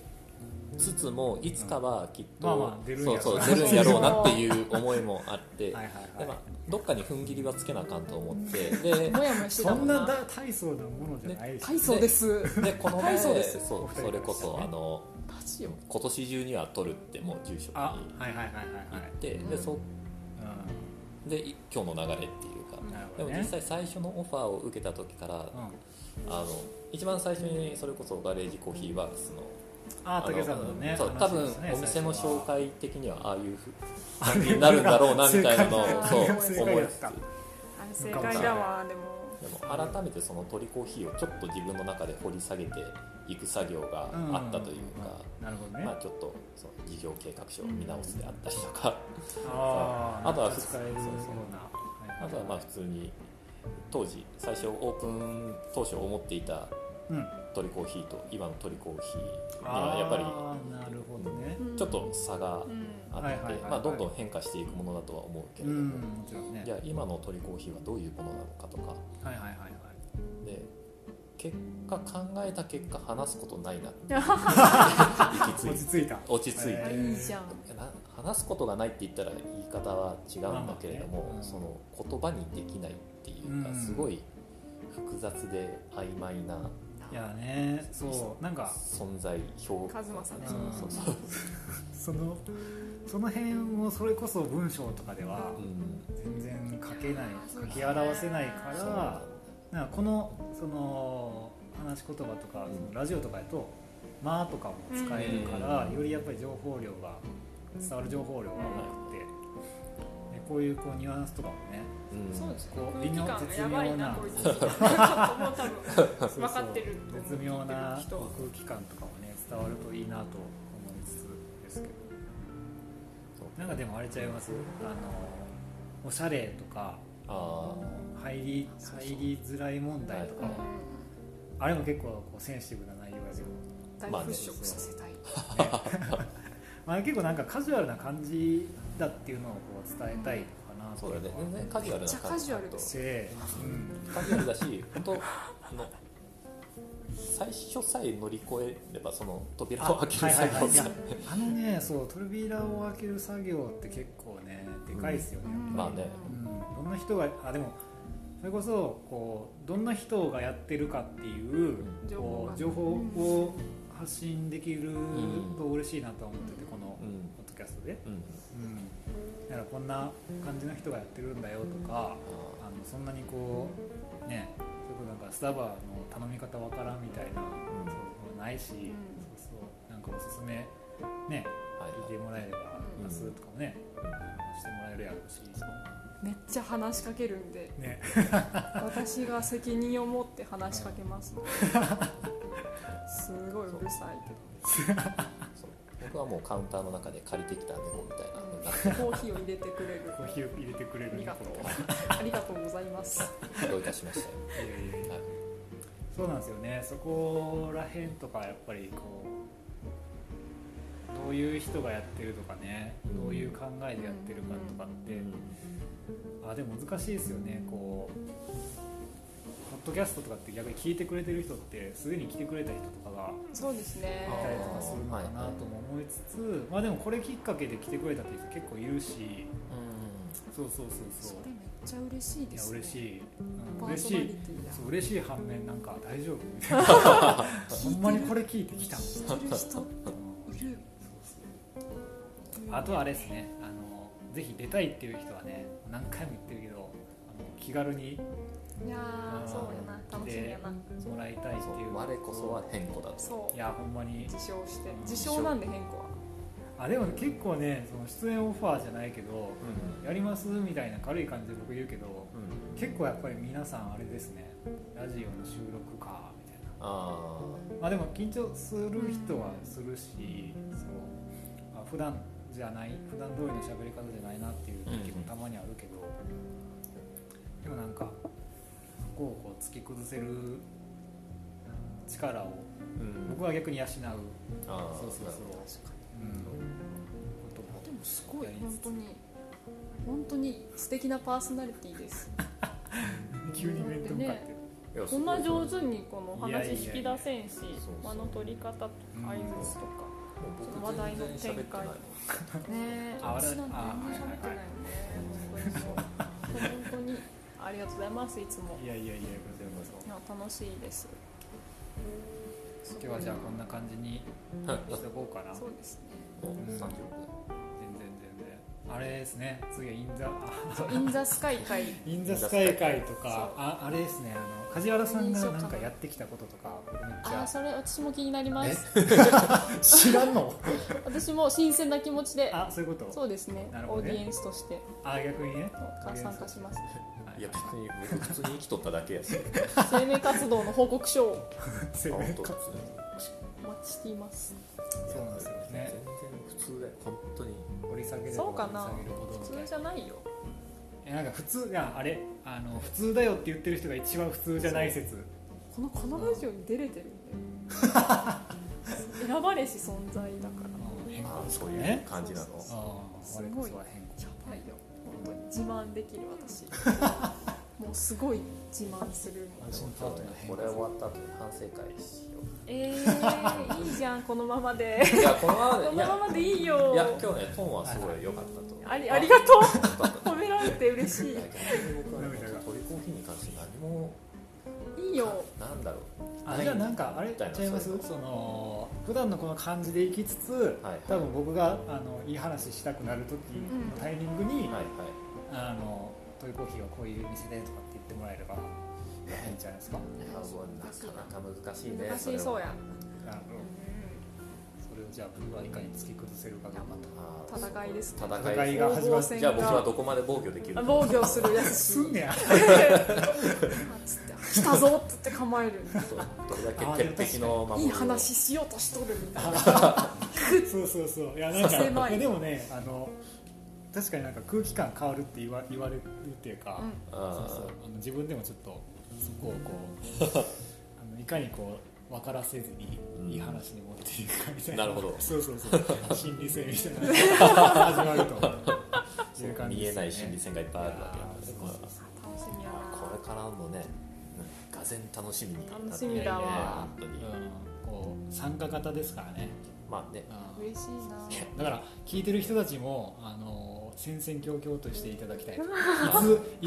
Speaker 3: つつもいつかはきっと、
Speaker 1: まあまあ出るんやろう
Speaker 3: そうそう出るんやろうなっていう思いもあっ て
Speaker 1: はいは
Speaker 3: で
Speaker 1: い
Speaker 3: ま
Speaker 1: は
Speaker 3: あどっかに踏ん切りはつけなあかんと思 ってで
Speaker 4: もやもや
Speaker 1: い
Speaker 4: して
Speaker 1: そ
Speaker 4: たも
Speaker 1: ん
Speaker 4: んな
Speaker 1: なだ大層なものじゃないでしょ
Speaker 4: 大層です
Speaker 3: でこの
Speaker 4: はい
Speaker 3: 前
Speaker 4: そうです
Speaker 3: そ
Speaker 1: お
Speaker 3: う
Speaker 1: 二人
Speaker 3: それこそ
Speaker 1: でしたね
Speaker 3: あの
Speaker 4: ラジオ
Speaker 3: 今年中には取るってもう住職に
Speaker 1: あ
Speaker 3: 行
Speaker 1: はいはいはいはいは
Speaker 3: っ
Speaker 1: い
Speaker 3: て
Speaker 4: うん
Speaker 3: でそでい今日の流れっていうか
Speaker 1: うんなるほど
Speaker 3: でも
Speaker 1: ね
Speaker 3: 実際最初のオファーを受けた時からあの一番最初にそれこそガレージコーヒーワークスの
Speaker 1: うんあ
Speaker 3: あ
Speaker 1: 竹さんのね
Speaker 3: そう多分お店の紹介的にはああいうふう感じになるんだろうなみたいなのをそう
Speaker 4: 正解だ正
Speaker 3: 思
Speaker 1: 解
Speaker 3: い
Speaker 1: だっ
Speaker 3: つつ
Speaker 1: た
Speaker 4: あれ正解だわでも
Speaker 3: でも改めてその鳥コーヒーをちょっと自分の中で掘り下げていく作業があったというか、
Speaker 1: なるほどね
Speaker 3: まあ、ちょっとその事業計画書を見直すであったりとか、
Speaker 1: あー
Speaker 3: あとは
Speaker 1: なんか使えるような
Speaker 3: あ とはまあ普通に当時最初オープン当初思っていた
Speaker 1: うん
Speaker 3: 鳥コーヒーと今の鳥コーヒーにはやっぱり
Speaker 1: あーなるほどね
Speaker 4: うん
Speaker 3: ちょっと差が
Speaker 4: うん
Speaker 3: あ
Speaker 1: はい
Speaker 3: っ
Speaker 1: はいはい
Speaker 3: て
Speaker 1: はい
Speaker 3: まあどんどん変化していくものだとは思うけ
Speaker 1: う
Speaker 3: れど
Speaker 1: ん
Speaker 3: も、
Speaker 1: もちろんね
Speaker 3: じゃあ今の鳥コーヒーはどういうものなのかとか
Speaker 1: はいはいはいはい
Speaker 3: で結果考えた結果話すことないなって 行き着い
Speaker 1: 落
Speaker 3: て
Speaker 1: ち着いた
Speaker 3: 落ち着い
Speaker 1: え
Speaker 3: て
Speaker 4: あいいじゃん
Speaker 3: な話すことがないって言ったら言い方は違うんだけれども、
Speaker 1: まあまあねうん
Speaker 3: その言葉にできないっていうか、
Speaker 1: うん
Speaker 3: すごい複雑で曖昧ない
Speaker 1: やねそうなんか
Speaker 3: 存在表
Speaker 4: カズマさんね
Speaker 1: うんそのその辺をそれこそ文章とかでは
Speaker 3: う
Speaker 1: 全
Speaker 3: ん
Speaker 1: 然書けない書き表せないか
Speaker 3: そうなんだ
Speaker 1: らなんかこのその話し言葉とかそのラジオとかやと「まあ」とかも使えるから
Speaker 3: うん
Speaker 1: よりやっぱり情報量が伝わる情報量が多くてでこういうこうニュアンスとかもね
Speaker 3: うん
Speaker 4: そうです
Speaker 1: こう
Speaker 4: 空気感がやばいなこ
Speaker 1: 微
Speaker 4: いつちょっともう多分
Speaker 1: そうそう
Speaker 4: 分かってると
Speaker 1: 絶妙な
Speaker 4: 人
Speaker 1: 空
Speaker 4: は
Speaker 1: 気感とかもね伝わるといいなと思いつつですけどなんかでもあれちゃいますあのおしゃれとか
Speaker 3: あ
Speaker 1: 入り
Speaker 3: そうそう
Speaker 1: 入りづらい問題とか
Speaker 3: は
Speaker 1: も
Speaker 3: い
Speaker 1: あれも結構こうセンシティブな内容やけど
Speaker 4: 大
Speaker 3: まあね
Speaker 4: 払拭させたい、
Speaker 1: まあ、結構なんかカジュアルな感じだっていうのをこう伝えたいのかな
Speaker 3: そうだね全然カジュア
Speaker 4: め
Speaker 3: ル
Speaker 4: っ
Speaker 3: な
Speaker 4: ちゃカジュアルです
Speaker 1: せうん
Speaker 3: カジュアルだし本当あの最初さえ乗り越えればその扉を開ける作業
Speaker 1: いや
Speaker 3: が
Speaker 1: あのねそう扉を開ける作業って結構ねでかいですよね、
Speaker 4: うん
Speaker 3: まあね
Speaker 1: うん、どんな人があでもそれこそこうどんな人がやってるかっていう
Speaker 3: うん
Speaker 4: 情報
Speaker 1: こ
Speaker 4: が
Speaker 1: う情報を発信できると嬉しいなとは思っててこの
Speaker 3: う
Speaker 1: ポ
Speaker 3: ん
Speaker 1: ッドキャストで、
Speaker 3: うん
Speaker 1: うん、だからこんな感じの人がやってるんだよとかあのそんなにこうねそれこそなんかスタバの頼み方わからんみたいな、そう
Speaker 3: ん
Speaker 1: そうないし、
Speaker 4: ん
Speaker 1: そうそうなんかおすすめね
Speaker 3: はい
Speaker 1: 聞いてもらえれば
Speaker 4: うん
Speaker 1: 明日とかもね、してもらえるやろうし
Speaker 4: めっちゃ話しかけるんで
Speaker 1: ね
Speaker 4: 私が責任を持って話しかけますのですごいうるさい
Speaker 3: そう僕はもうカウンターの中で借りてきた猫みたいなのになっ
Speaker 4: けどコーヒーを入れてくれる
Speaker 1: コーヒーを入れてくれる
Speaker 4: ありが
Speaker 1: と
Speaker 4: と
Speaker 1: こ
Speaker 4: う
Speaker 1: ろ
Speaker 4: ありがとうございます
Speaker 3: てどういたしましたよ、
Speaker 1: いやいやいや
Speaker 3: はい
Speaker 1: そうなんですよねそこら辺とかやっぱりこうどういう人がやってるとかね
Speaker 3: うん
Speaker 1: どういう考えでやってるかとかって、あでも難しいですよねこうポッドキャストとかって逆に聞いてくれてる人ってすでに来てくれた人とかが
Speaker 4: そうですね
Speaker 1: いたりとかするのかなとも思いつつ、まあでもこれきっかけで来てくれたっていう人結構いるしそうそうそう
Speaker 4: そ
Speaker 1: そう
Speaker 4: れめっちゃ嬉しい
Speaker 1: い
Speaker 4: で
Speaker 1: や
Speaker 4: すね
Speaker 1: 嬉しい、うん
Speaker 4: パー
Speaker 1: 嬉
Speaker 4: ソ
Speaker 1: し
Speaker 4: ナ
Speaker 1: い
Speaker 4: リティだ
Speaker 1: そう嬉しい反面なんか大丈夫み たいなほんまにこれ聞いてきた
Speaker 4: 知ってる人いる
Speaker 1: あとはあれですねあのぜひ出たいっていう人はね何回も言ってるけどあの気軽に
Speaker 4: いやーそうやな楽しみやな
Speaker 1: もらいたいって
Speaker 3: そ
Speaker 1: いう
Speaker 3: う我こそは変更だと
Speaker 4: そ
Speaker 1: いうやほんまに
Speaker 4: 自称して自称なんで変更は
Speaker 1: あでも結構ねその出演オファーじゃないけど
Speaker 3: う
Speaker 1: やりますみたいな軽い感じで僕言うけど
Speaker 3: ん、うん、
Speaker 1: 結構やっぱり皆さんあれですねラジオの収録かみたいな
Speaker 3: あ
Speaker 1: まあでも緊張する人はするし、そう、まあ、普段じゃない普段通りの喋り方じゃないなっていう時もたまにあるけど、でもなんかそこをこう突き崩せる力を
Speaker 3: ーうん
Speaker 1: 僕は逆に養う、
Speaker 3: あー
Speaker 1: そうそうそう、
Speaker 4: 確か
Speaker 1: うん、
Speaker 4: にでもすごい本当に本当に素敵なパーソナリティです
Speaker 1: 急に面と向かってる、
Speaker 3: いや
Speaker 4: こんな上手にこの
Speaker 1: いやい
Speaker 4: 話
Speaker 1: やいや
Speaker 4: 引き出せんし
Speaker 3: そうそ
Speaker 4: 間
Speaker 3: う
Speaker 4: の取り方とか
Speaker 1: うん
Speaker 4: 合図と
Speaker 3: もう僕
Speaker 4: 話題の展開
Speaker 3: 全然喋ってないもん
Speaker 4: かねえ
Speaker 1: あ
Speaker 4: 私なんて
Speaker 1: あ
Speaker 4: 何も喋ってないよね本当にありがとうございますいつも
Speaker 1: いやいやいやこちらこ
Speaker 4: い
Speaker 1: そ
Speaker 4: や楽しいです
Speaker 1: 今日はじゃあこんな感じにしとこうかな
Speaker 4: そうですね
Speaker 3: もう30分
Speaker 1: 全然全然あれですね次はインザあ
Speaker 4: そうインザスカイ 会
Speaker 1: インザスカイ会とか
Speaker 4: そう
Speaker 1: ああれですねあの梶原さんがなんかやってきたこととかめっち
Speaker 4: あ
Speaker 1: ゃ
Speaker 4: あそれ私も気になります
Speaker 1: え 知らんの
Speaker 4: 私も新鮮な気持ちで
Speaker 1: あそういうこと
Speaker 4: そうですね
Speaker 1: なるほ
Speaker 4: オ
Speaker 1: ど
Speaker 4: ー
Speaker 1: ね
Speaker 4: ディエンスとして
Speaker 1: あ逆にね
Speaker 4: そう参加します
Speaker 1: はい
Speaker 3: いや別に僕普通に生きとっただけや し
Speaker 4: 生命活動の報告書
Speaker 1: そ
Speaker 4: を
Speaker 1: う
Speaker 3: あ
Speaker 1: そう
Speaker 3: 本当普通
Speaker 4: お待ちしています
Speaker 1: そうなんですよね
Speaker 3: 全然普通だよ本当に
Speaker 1: 掘り下げれば
Speaker 4: そうかな
Speaker 1: 掘り下げるほどみたい
Speaker 4: 普通
Speaker 1: な
Speaker 4: じゃないよ
Speaker 1: えなんか普通があれあの普通だよって言ってる人が一番普通じゃない説
Speaker 4: このこのラジオに出れてるん で選ばれし存在だから
Speaker 1: 変
Speaker 3: あーそう
Speaker 1: ね
Speaker 3: いう感じなの
Speaker 4: そうそう
Speaker 1: あ
Speaker 4: そ
Speaker 1: ー我こそは変更
Speaker 4: やばいよ本当に自慢できる 私もうすごい自慢するもん
Speaker 1: 私のパートナー変
Speaker 3: こ
Speaker 1: 更
Speaker 3: れ終わった後に反省会しよ
Speaker 4: えー、いいじゃんこのままで
Speaker 3: ういやこのまま
Speaker 4: こ
Speaker 3: で
Speaker 4: の
Speaker 3: いや
Speaker 4: ままでいいよ
Speaker 3: いや今日ねトーンはすごい良かったと
Speaker 4: ありありがとう褒められて嬉し
Speaker 3: いや逆に僕はね鳥コーヒーに関して何も
Speaker 4: いいいよ
Speaker 3: なんだろ
Speaker 1: あじゃあなんかあれ
Speaker 3: みたいな
Speaker 1: ちゃいます
Speaker 3: そういう
Speaker 1: その普段のこの感じでいきつつ
Speaker 3: はい
Speaker 1: 多分僕があのいい話したくなる時のタイミングに、
Speaker 3: うはいはい
Speaker 1: あのトイコーヒーはこういう店でとかって言ってもらえればいいんじゃないですか
Speaker 3: いやもうなかなか難しいね
Speaker 4: 難しいそうや、
Speaker 1: あのそれをじゃあ僕はいかに突き崩せるかどうかと
Speaker 3: あー
Speaker 4: 戦いですね
Speaker 3: 戦
Speaker 1: 戦い
Speaker 3: い
Speaker 1: が始まって
Speaker 4: 攻防戦
Speaker 3: じゃあ僕はどこまで防御できるか
Speaker 4: 防御 するやつ
Speaker 1: すんねや
Speaker 4: つって来たぞっつって構える
Speaker 3: そう どれだけ鉄壁の守り
Speaker 4: い
Speaker 3: を
Speaker 4: い話しようとしとるみたいな
Speaker 1: そうそうそういやなんか
Speaker 4: 狭い
Speaker 1: いやでもねあの確かになんか空気感変わるって言わ言われるっていうか、
Speaker 4: う
Speaker 1: そうそう
Speaker 3: あ
Speaker 1: あの自分でもちょっとそこをこうあのいかにこう分からせずにいい話に持っていくかみたいな、
Speaker 3: なるほど
Speaker 1: そうそうそう心理戦みたいなのが始まるという感じ
Speaker 3: 見
Speaker 1: で
Speaker 3: え
Speaker 1: す、ね、
Speaker 3: ない心理戦がいっぱいあるわけなんです
Speaker 1: いやー
Speaker 3: ま
Speaker 1: そうそうそ
Speaker 4: あ楽しみや
Speaker 3: あこれからもねうんがぜん楽しみになって
Speaker 4: 楽しみだわ
Speaker 3: いやいや本当に
Speaker 1: うんこう参加型ですからね、
Speaker 3: まあね
Speaker 1: うん
Speaker 4: な嬉しい
Speaker 1: だ
Speaker 4: な
Speaker 1: から聞いてる人たちもあの戦々恐々としていただき たいい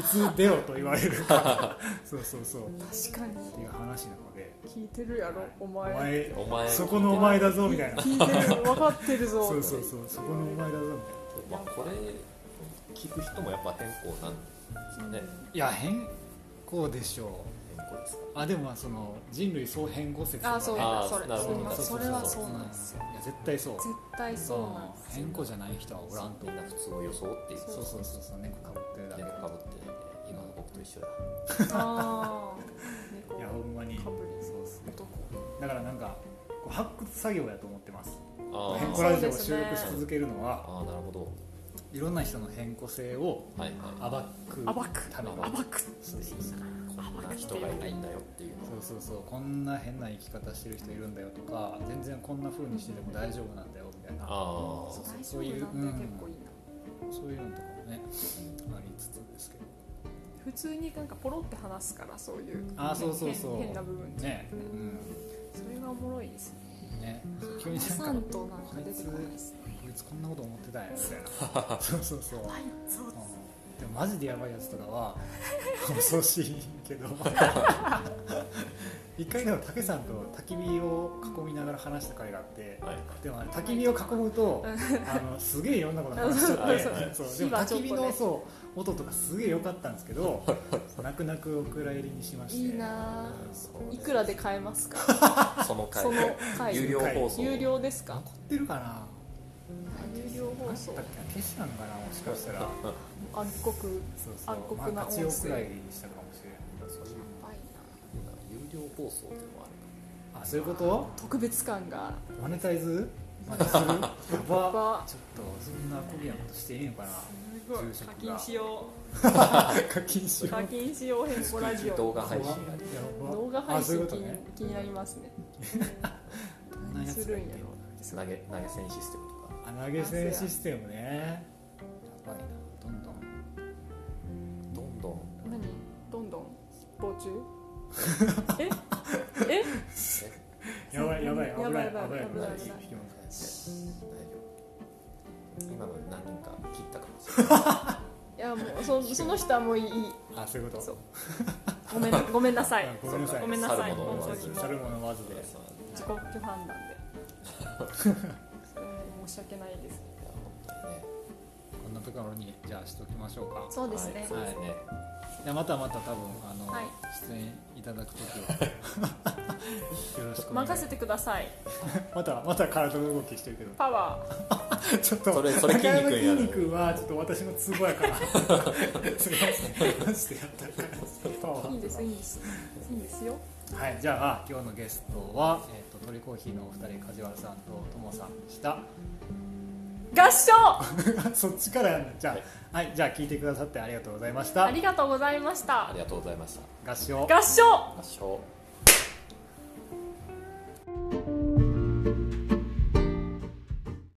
Speaker 1: ついつ出ろと言われるかそうそうそうっ
Speaker 4: 確かに
Speaker 1: ていう話なので
Speaker 4: 聞いてるやろお
Speaker 1: お
Speaker 4: 前
Speaker 1: 前
Speaker 3: お前
Speaker 1: そこのお前だぞみたいな
Speaker 4: 聞いてる分かってる ぞ
Speaker 1: そうそうそうそこのお前だぞみたいな
Speaker 3: まあこれ聞く人もやっぱ変更なんですかね
Speaker 1: いや変更でしょ
Speaker 3: 変更ですか
Speaker 1: うあでもまあその人類総変合説とかね
Speaker 4: あそう
Speaker 3: あー
Speaker 4: それ
Speaker 3: なるほど
Speaker 4: 今
Speaker 3: そう
Speaker 4: そ
Speaker 3: そうそう
Speaker 4: れはそうなんですよ
Speaker 1: いや絶対そう
Speaker 4: 絶対そうなんです
Speaker 1: 変更じゃない人はおらんと
Speaker 3: みんな普通を装っている
Speaker 1: そうそうそうそう猫かぶってるだけ
Speaker 3: 猫
Speaker 1: で
Speaker 3: かぶってないんで今の僕と一緒だ
Speaker 4: ああ
Speaker 1: いやほんまに
Speaker 4: かぶり
Speaker 1: そうっすね
Speaker 4: 男
Speaker 1: だからなんかこう発掘作業やと思ってます
Speaker 3: あ
Speaker 1: 変更
Speaker 4: 更
Speaker 3: ー
Speaker 1: ラジオを収録し続けるのは、
Speaker 3: あーなるほど
Speaker 1: いろんな人の変更性を
Speaker 3: はい
Speaker 1: 暴く
Speaker 4: 暴く
Speaker 1: ために
Speaker 3: 暴
Speaker 4: 甘く
Speaker 1: そうそう
Speaker 3: はいこんな人がいるんだよっていうのを
Speaker 1: そうそうこんな変な生き方してる人いるんだよとか全然こんな風にしてても大丈夫なんだよみたいな
Speaker 3: ああ
Speaker 4: そう大丈
Speaker 1: そういう
Speaker 4: 夫なんだ結構いいな
Speaker 1: そういうのとかもねありつつですけど
Speaker 4: 普通になんかポロって話すからそういう
Speaker 1: あーそうそうそう
Speaker 4: 変変な部分って
Speaker 1: ね
Speaker 4: それがおもろいですね
Speaker 1: うんねそう急に
Speaker 4: 話さ
Speaker 1: なんんか
Speaker 4: となんか出てこないですね
Speaker 1: こいつこんなこと思ってたんやみたいなそうそうそう、
Speaker 4: はいそうです
Speaker 1: うんでもマジでやばいやつとか は恐ろしいけど一回でも武さんと焚き火を囲みながら話した回があって
Speaker 3: はい
Speaker 1: でもあの焚き火を囲むとあのすげえいろんなこと話しちゃっ
Speaker 3: はい
Speaker 1: て
Speaker 3: はいはい
Speaker 1: そう
Speaker 4: 火
Speaker 1: でも
Speaker 4: はちょ
Speaker 1: 焚き
Speaker 4: っとね
Speaker 1: 火のそう音とかすげえ良かったんですけど泣く泣くお蔵入りにしまして
Speaker 4: いいな
Speaker 3: そう
Speaker 4: ー
Speaker 3: ね
Speaker 4: いくらで買えますか
Speaker 3: その回
Speaker 4: その回
Speaker 3: 有料放送
Speaker 4: 有料ですか
Speaker 1: 残ってるかな
Speaker 4: 有料放送
Speaker 1: だっけ消したのかなもしかしたら
Speaker 3: うん
Speaker 4: 暗黒
Speaker 1: そうそう
Speaker 4: 暗黒な
Speaker 1: まあ
Speaker 4: 音
Speaker 1: 八
Speaker 4: 声
Speaker 1: 億くらいにしたかもしれない
Speaker 3: そういう
Speaker 4: はい
Speaker 3: 有料放送でもある
Speaker 1: あそういうこと
Speaker 4: 特別感が
Speaker 1: マネタイズまたす るやば
Speaker 4: ば
Speaker 1: ちょっとそんなこびなことしていいのかな
Speaker 4: すごい
Speaker 1: 住職
Speaker 4: 課
Speaker 1: が
Speaker 4: 金しよ
Speaker 1: 課金し
Speaker 4: う
Speaker 1: よう
Speaker 4: 課金しよう変更ラジ
Speaker 3: 動
Speaker 4: オ
Speaker 3: 画配信が
Speaker 1: やば
Speaker 4: 動画配
Speaker 1: あそういう
Speaker 4: 信
Speaker 1: こと
Speaker 4: 気に
Speaker 1: ね
Speaker 4: 気になりますね
Speaker 1: どんなやつがい
Speaker 4: するんや
Speaker 1: て
Speaker 4: ろ
Speaker 3: 投げ投げ銭システムとか
Speaker 1: あ投げ銭システムねやばいなどんどん
Speaker 3: どんどん
Speaker 4: 何どんどん誹謗中ええ
Speaker 3: ね
Speaker 1: やばいやばい
Speaker 4: や
Speaker 1: 危
Speaker 4: ばい
Speaker 1: ない
Speaker 4: やばい
Speaker 1: 危ない
Speaker 4: 危ない
Speaker 1: 危ない危
Speaker 4: 危ない
Speaker 1: ない
Speaker 3: 大丈夫今ので何人か切ったかもしれない
Speaker 4: いやもうそその人はもういい
Speaker 1: あそういうこと
Speaker 4: そうごめんごめんなさい
Speaker 1: あごめんなさい
Speaker 4: ごめんなさい
Speaker 3: 猿もの
Speaker 4: 本当
Speaker 3: 猿
Speaker 4: に
Speaker 3: も
Speaker 1: 猿ものわずで
Speaker 3: そうそう
Speaker 4: 自己判断 でそれも申し訳ないです
Speaker 3: いや本当にね
Speaker 1: こんなところにじゃあしときましょうか
Speaker 4: そうですね
Speaker 3: はい、そうですね
Speaker 1: いやまたまた多分あの、
Speaker 4: はい
Speaker 1: 出演いただくとき はよろしくお願い
Speaker 4: 任せてください
Speaker 1: またまた体の動きしてるけど
Speaker 4: パワ
Speaker 1: ちょっと
Speaker 3: それそれ筋肉やな
Speaker 1: 中山筋肉はちょっと私のツボやから すいませんマジでやったらパワ
Speaker 4: ー
Speaker 1: ー
Speaker 4: いいですいい ですいいんですよ
Speaker 1: はいじゃあ今日のゲストは、えー、と鳥コーヒーのお二人梶原さんとともさんでした
Speaker 4: 合唱
Speaker 1: そっちからやんのじゃあはい、じゃあ聞いてくださってありがとうございました
Speaker 4: ありがとうございまし
Speaker 3: あ
Speaker 4: た
Speaker 3: りがとうございました
Speaker 1: 合唱
Speaker 4: 合唱
Speaker 3: 合唱